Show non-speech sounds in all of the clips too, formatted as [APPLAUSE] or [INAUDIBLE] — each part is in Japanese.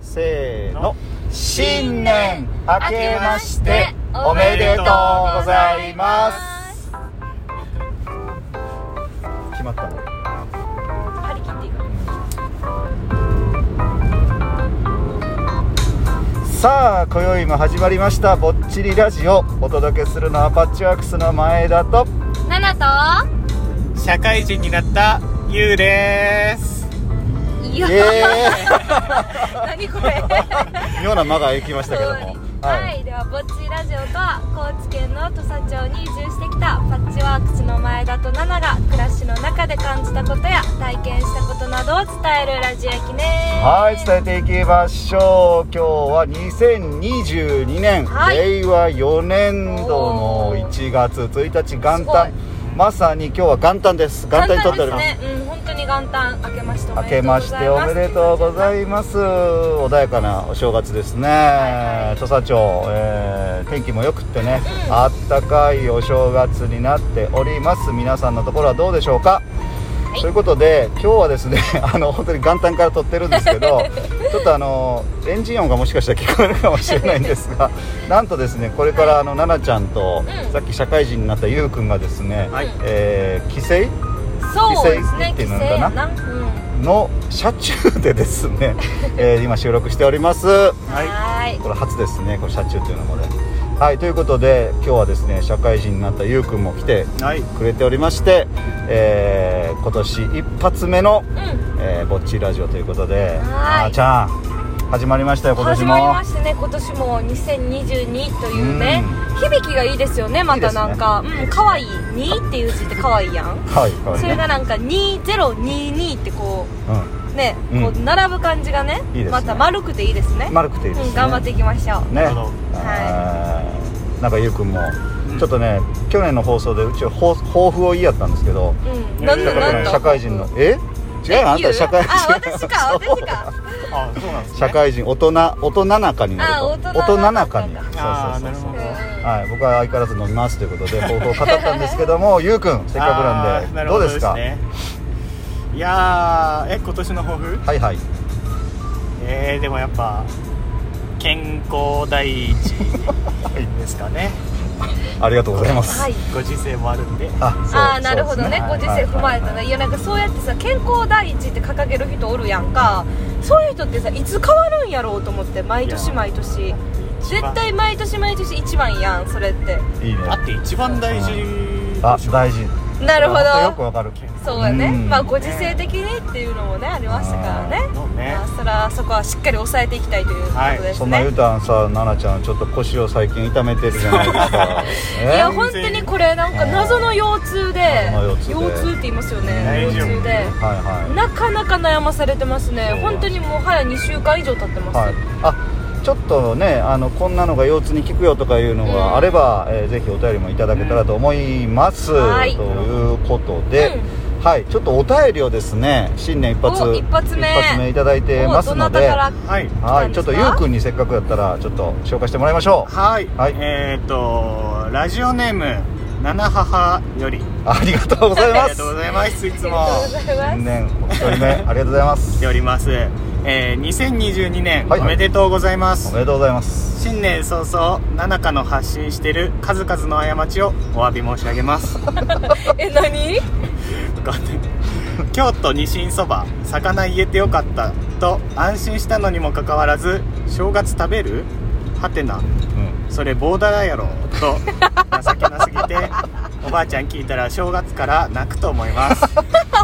せーの新年明けましておめでとうございます決まったの張り切っていくさあ今宵も始まりました「ぼっちりラジオ」お届けするのはパッチワークスの前田 [LAUGHS] とナナ社会人になったゆうですといイやエ何これーイ妙な間が行きましたけどもはい、いではぼっちラジオとは高知県の土佐町に移住してきたパッチワークスの前田とナナが暮らしの中で感じたことや体験したことなどを伝えるラジオ駅ねはい伝えていきましょう今日は2022年、はい令和4年度の1月1日元旦すまさに今日は元旦です元旦に撮っております簡単ですね、うん、本当に元旦明けましてお明めでとうございますけましておめでとうございます穏やかなお正月ですね、いはい土佐町、えー天気もよくってね、うんあったかいお正月になっております皆さんのところはどうでしょうか、はいということで今日はですね [LAUGHS] あの本当に元旦から撮ってるんですけ [LAUGHS] どちょっとあのエンジン音がもしかしたら聞こえるかもしれないんです [LAUGHS] がなんとですねこれからあの奈々ちゃんと、うんさっき社会人になったゆうくんがですね、はいえー帰省そうですね帰省っていうの帰省かなやな、うん、の車中でです [LAUGHS] ね、えー今収録しておりますはいはいこれ初ですねこれ車中っていうのもねはいということで今日はですね社会人になったゆうくんも来てはいくれておりまして、えー今年一発目の、うんえーぼっちラジオということではあいーちゃん始まりましたよ今年始もまりましてね今年も2022というね、響きがいいですよねまたなんかうん可愛い2っていう字って可愛いやんはいかわいいそれがね、なんか2022ってこううね、うんこう並ぶ感じがねいいですねまた丸くていいですねん、丸くていいですね、うん、頑張っていきましょうねなるほどあーなんかゆうくんもうんちょっとね去年の放送でうちは抱抱負を言いやったんですけどうん、ねなんだだかならんねだ社会人のえ違うえよあん言たう社会人あ私か私かあそうなんですね社会人大人大人中になるあと大人大中にあああそなう [LAUGHS] るそうそうほどうんはい僕は相変わらず飲みますということで抱負を語ったんですけどもゆうくんせっかくなんであーるどほうですかねいやーえ今年の抱負はいはいえー、でもやっぱ健康 [LAUGHS] 第一ですかねありがとうございますはいご時世もあるんであそうああなるほどねそうごです時世踏まえたはねいいやなんかそうやってさ健康第一って掲げる人おるやんかそういう人ってさいつ変わるんやろうと思って毎い年や毎年一絶番対毎年毎年一番やんそれっていいねあって一番大事あでしょ大事なるほよくどわかるそうやねうんまあご時世的にっていうのもねありましたからねのねまあそらそこはしっかり抑えていきたいということはいですそんなゆねうたんさ奈々ちゃんちょっと腰を最近痛めてるじゃないですか [LAUGHS] いえや本当にこれなんか謎の腰痛で謎の腰痛で腰痛って言いますよね大腰丈夫痛ではいはいなかなか悩まされてますねそう本当にもはや2週間以上経ってます、はい、あちょっとねあのこんなのが腰痛に効くよとかいうのうんがあれば、えーぜひお便りもいただけたらと思います、はいということで、はいちょっとお便りをですね新年一お発一発目一発目いただいてもうますどのなでたからはいは来たんいでちょすっかとゆうくんにせっかくだったらちょっと紹介してもらいましょ [LAUGHS] うはい、はいえーっ、とラジオネーム七母よりありがとうございあまりがすとうございますいつもありがとうございます新年お一人目ありがとうございま来すております、えー、2022年、はいおめでとうございまおすめでとうございます新年早々七香の発信している数々の過ちをお詫び申し上げます [LAUGHS] え何 [LAUGHS] 京都にしんそば魚言えてよかったと安心したのにもかかわらず正月食べるはてなうんそれボーダーやろと情けなすぎておばあちゃん聞いたら正月から泣くと思います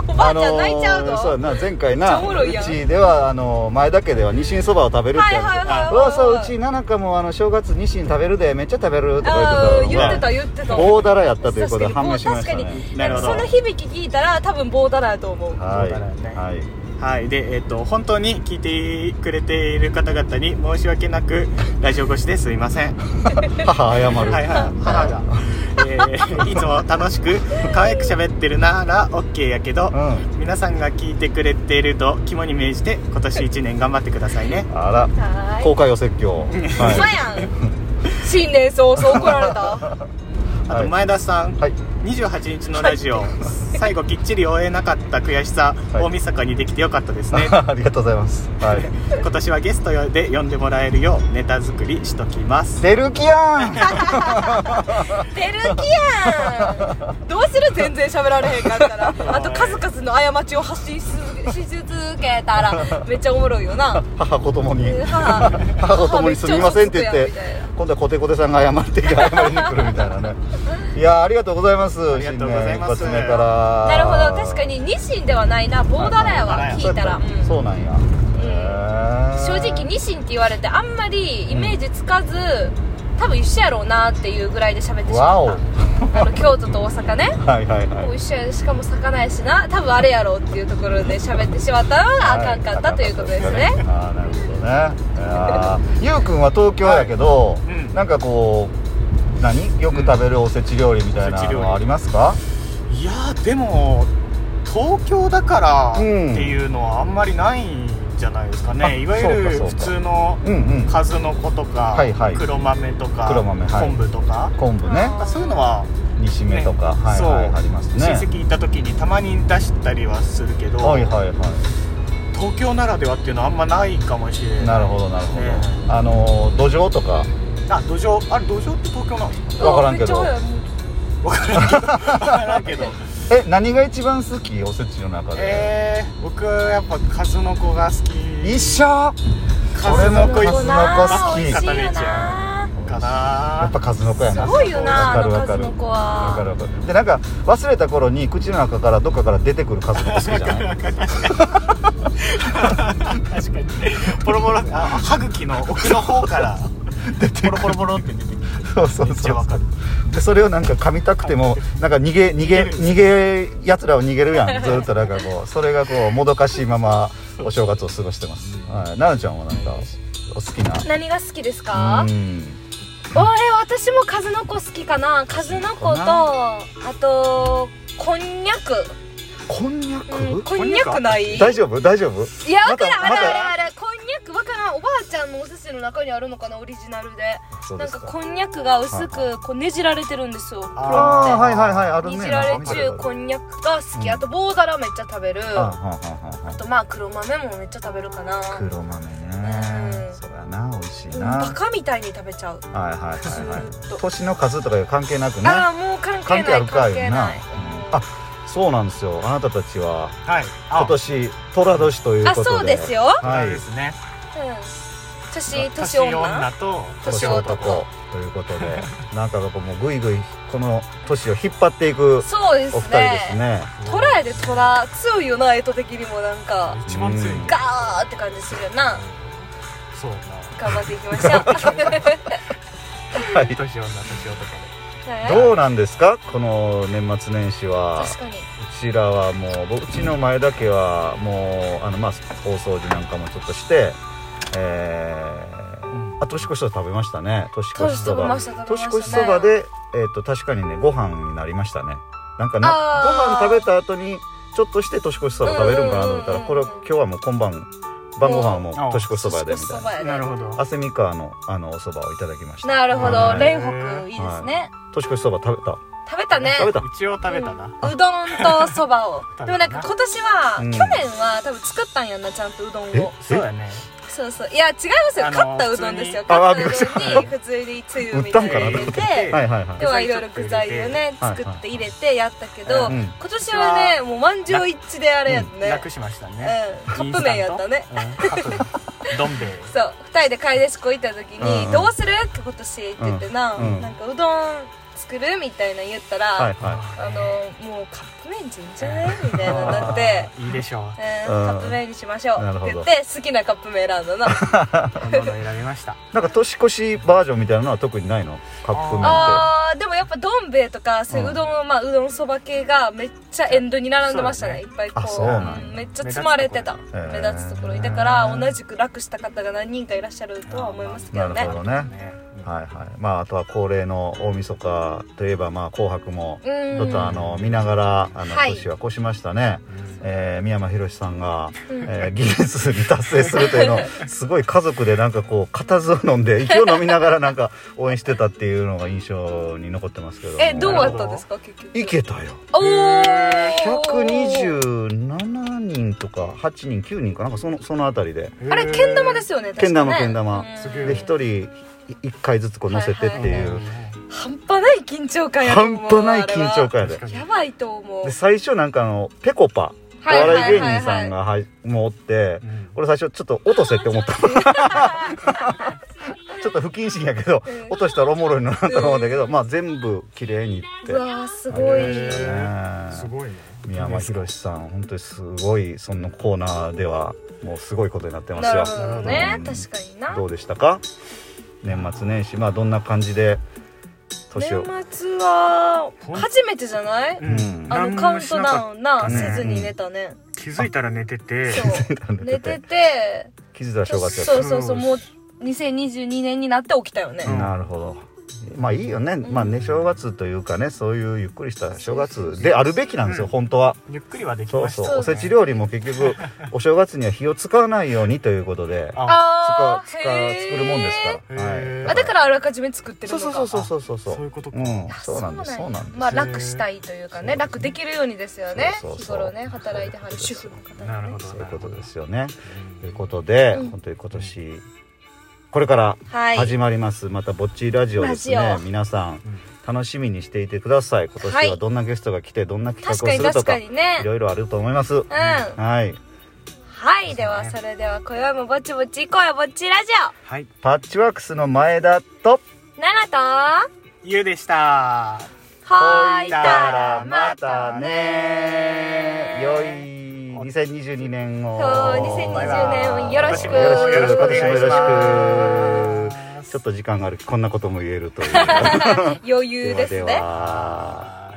おばあちゃん泣いちゃうの、あのーそうやな前回めっちなゃおもろういやんちではあのー前田家ではニシンそばを食べるってはいやはいつはいはいはいうわそううちなんかもあの正月ニシン食べるでめっちゃ食べるとかあー言言っっててたたの言ってた棒だらやったということで判明しまし確たかねになるほどその響き聞いたら多分棒だらやと思うはいそうだねはいはいでえっ、と本当に聞いてくれている方々に申し訳なくラジオ越しですいません母謝るはいはい母が、えーいつも楽しく可愛く喋ってるなら OK やけど、う皆さんが聞いてくれていると肝に銘じて今年1年頑張ってくださいねんあらはい公開お説教ほんまはやん新年早々怒られたあと前田さん、いはい [LAUGHS] 28日のラジオ、最後きっちり終えなかった悔しさ、はい大晦日にできてよかったで [LAUGHS] すねありがとうございます、はい、今年はゲストで呼んでもらえるようネタ作りしときます出る気やん出る気やんどうする全然喋られへんかったらあと数々の過ちを発信しし続けたらめっちゃおもろいよな母子供に母母子供にすみませんって言って今度はコテコテさんが謝ってきて謝りに来るみたいなねいやーありがとうございますありがとうございま新年一発す目からなるほど確かにニシンではないなボーダーラやわはい聞いたら、そうやったそうなんや、正へー直ニシンって言われてあんまりイメージつかず、多分一緒やろうなっていうぐらいで喋ってしわおまったあの京都と大阪ねはいはいはもうい一緒やしかも魚やしな多分あれやろうっていうところで喋ってしまったのがあかんかったということですねああなるほどねいやーゆうくんは東京やけど、いうんなんかこう何よく食べるおせち料理みたいなのはありますか、いやーでも東京だからってうんいうのはあんまりないんじゃないですかね、あいわゆるそうか普そうか通のうんうん数の子とか、はいはい黒豆とか黒豆はい昆布とか昆布ねあそういうのは、煮しめとか、はねいはいそうありますね親戚行った時にたまに出したりはするけど、はいはいは東京ならではっていうのはあんまないかもしれないいなるほどなるほど、ねあのー土壌とかあ土壌あれ土壌って東 [LAUGHS] 京なのわからんけどめっちゃ早い分からんけど分からんけどえ何が一番好きおせちの中で、えー、僕はやっぱ数の子が好き一緒数の子俺も数の一子好き美味しいよなかなやっぱ数の子やなすごいよなわかるあのわかる数の子わかるはわかるでなんか忘れた頃に口の中からどっかから出てくる数の子好きじゃない [LAUGHS] 確かにポロポロあ歯茎の奥の方からポロポロポロって出てくるそうそうめっちそゃわうかるでそれをなんか噛みたくてもなんか逃げ逃げ逃げ奴らを逃げるやんずっとなんかこうそれがこうもどかしいままお正月を過ごしてます、はい、奈々ちゃんはなんかお好きな何が好きですかうんおえ私も数の子好きかな数の子とあとこんにゃく、こんにゃく、うん、こんにゃくないいや大丈夫大丈夫わからんまあたれあれあれこんにゃくわからんおばあちゃんのおせちの中にあるのかなオリジナルでそうなでんすかかこんにゃくが薄くこうねじられてるんですよああーあはいはいはいあるねねじられ中んこんにゃくが好うきんあと棒皿めっちゃ食べるあははあははとまあ黒豆もめっちゃ食べるかな黒豆ねうんそうやな美味しいなバはいカみたいに食べちゃうはいはいは [LAUGHS] ずーいっと年の数とか関係なくねああもう関関係係なあいるか関い係なないうんあそうなんですよあなたたちははい今年寅年ということであそうですよははいいですねうん年年女と年年男男ということで [LAUGHS] なんかこうもうぐいぐいこの年を引っ張っていくそうですお二ね人ですねトラやでトラ強いよな絵と的にもなんか一番強いうんガーって感じするよなそうな頑張っていきま [LAUGHS] しょはい年女年男うねどうなんですかこの年末年始は確かにうちらはもう僕うちの前だけはもうあのまあ大掃除なんかもちょっとしてえーうんあ年越しそば食べましたね年越しそば年越しそば食べまし年た食べましたね越しそばで、えー、と確かにねご飯になりましたねなんかなごあ飯ー食べた後にちょっとして年越しそば食べるんかなと思ったら、うんうんこうんれうん今日はもう今晩晩ご飯はもううん年越しそばでみたいなななるほど汗みかわのあのおそばをいただきましたなるほはどい蓮北いいですね年越しそば食べた食べたね食べた一応食べたなうどんとそ [LAUGHS] ばを食べたなでもなんか今年は、うん去年は多分作ったんやんなちゃんとうどんをそうやねそうそういや違いますよあの買ったうどんですよ普通に買ったうあどんに普通につゆみた [LAUGHS] 売ったんいなの入れてかなと思ってはいはいはいではいろいろ具材をねはい作って入れてやったけど、はいうん今年はねもう満場一致であれやったね、楽しましたねうんカップ麺やったねうんカップ麺どん兵衛そう2人で買い出しこ行った時に「うんどうする?」って今年って言ってな、うんなんかうどん作るみたいなの言ったら、はいはあのもうカップ麺じゃいいんじゃないみたいなのになって。いいでしょうえ [LAUGHS] ーうんカップ麺にしましょうなるっほてど言って好きなカップ麺選んだなこんなの選びま [LAUGHS] したいなんか年越しバージョンみたいなのは特にないのカップ麺ってあーでもやっぱどん兵衛とかそういううどんの、まあ、うどんそば系がめっちゃエンドに並んでましたねいそっぱいこあうそうなんやんめっちゃ積まれてた目立つところ目立つところへーだから同じく楽した方が何人かいらっしゃるとは思いますけどなねるほどねはいはいまああとは恒例の大晦日といえばまあ紅白もうんちょっとあの見ながらあのはい年は越しましたね、えー、三山ひろしさんが、えーギネスに達成するというのを [LAUGHS] すごい家族でなんかこう固唾を飲んで息を飲みながらなんか応援してたっていうのが印象に残ってますけどもえどうやったんですか結局いけたよおー127人とか8人9人かなんかそのその辺りであれけん玉ですよねけん玉確けかねん玉うんすげえで1人1回ずつこう乗せてってはいいはう半端ない緊張感やと半思う端ない緊張感やで確かにやばいと思うで最初なんかあのぺこぱおはいはいはいはい笑い芸人さんがはいもうおってうん俺最初ちょっと落とせって [LAUGHS] 思ったちょっと不謹慎やけどうん落としたらおもろいのなんだろうんだけどまあ全部綺麗にいってうわーすごいありましたねねすごいね宮山ひろしさん本当にすごいそのコーナーではもうすごいことになってますなよるほどうねん確かになどうでしたか年末年始まあどんな感じで年を年末は初めてじゃないんあのカウントダンウンなうんせずに寝たね気づいたら寝て [LAUGHS] てそう寝てて気づいたら [LAUGHS] 正月やったそうそうそうもう2022年になって起きたよねうんなるほどまあいいよね、まあね正月というかねそういうゆっくりした正月であるべきなんですよ、うん本当はゆっくりはできそまうしたそうねおせち料理も結局お正月には火を使わないようにということでああ使ー使作るもんですから、へーはい、あだからあらかじめ作ってるそのうかそうそうそうそうそうそういうことかうんあそうなんですそうなんですまあ楽したいというかね楽できるようにですよねそうそう日そう頃ね働いてはる主婦の方なるほどそういうことですよね。ということで、うん本当に今年これからはい始まります、またぼっちラジオですねラジオ皆さんうん楽しみにしていてください今は年はいどんなゲストが来てどんな企確画をかすにると確かかにねいろいろあると思います、うんははいいではそれでは今宵もぼちぼち行こうよぼっちラジはいパッチワークスの前田とオ奈々とゆうでしたほいいたたららままたたね良い2022年をそうバイ2020バ年イよろしくよろしくよろしく今年もよお願ろいししまくすちょっと時間があるこんなことも言えるという余裕ですでねは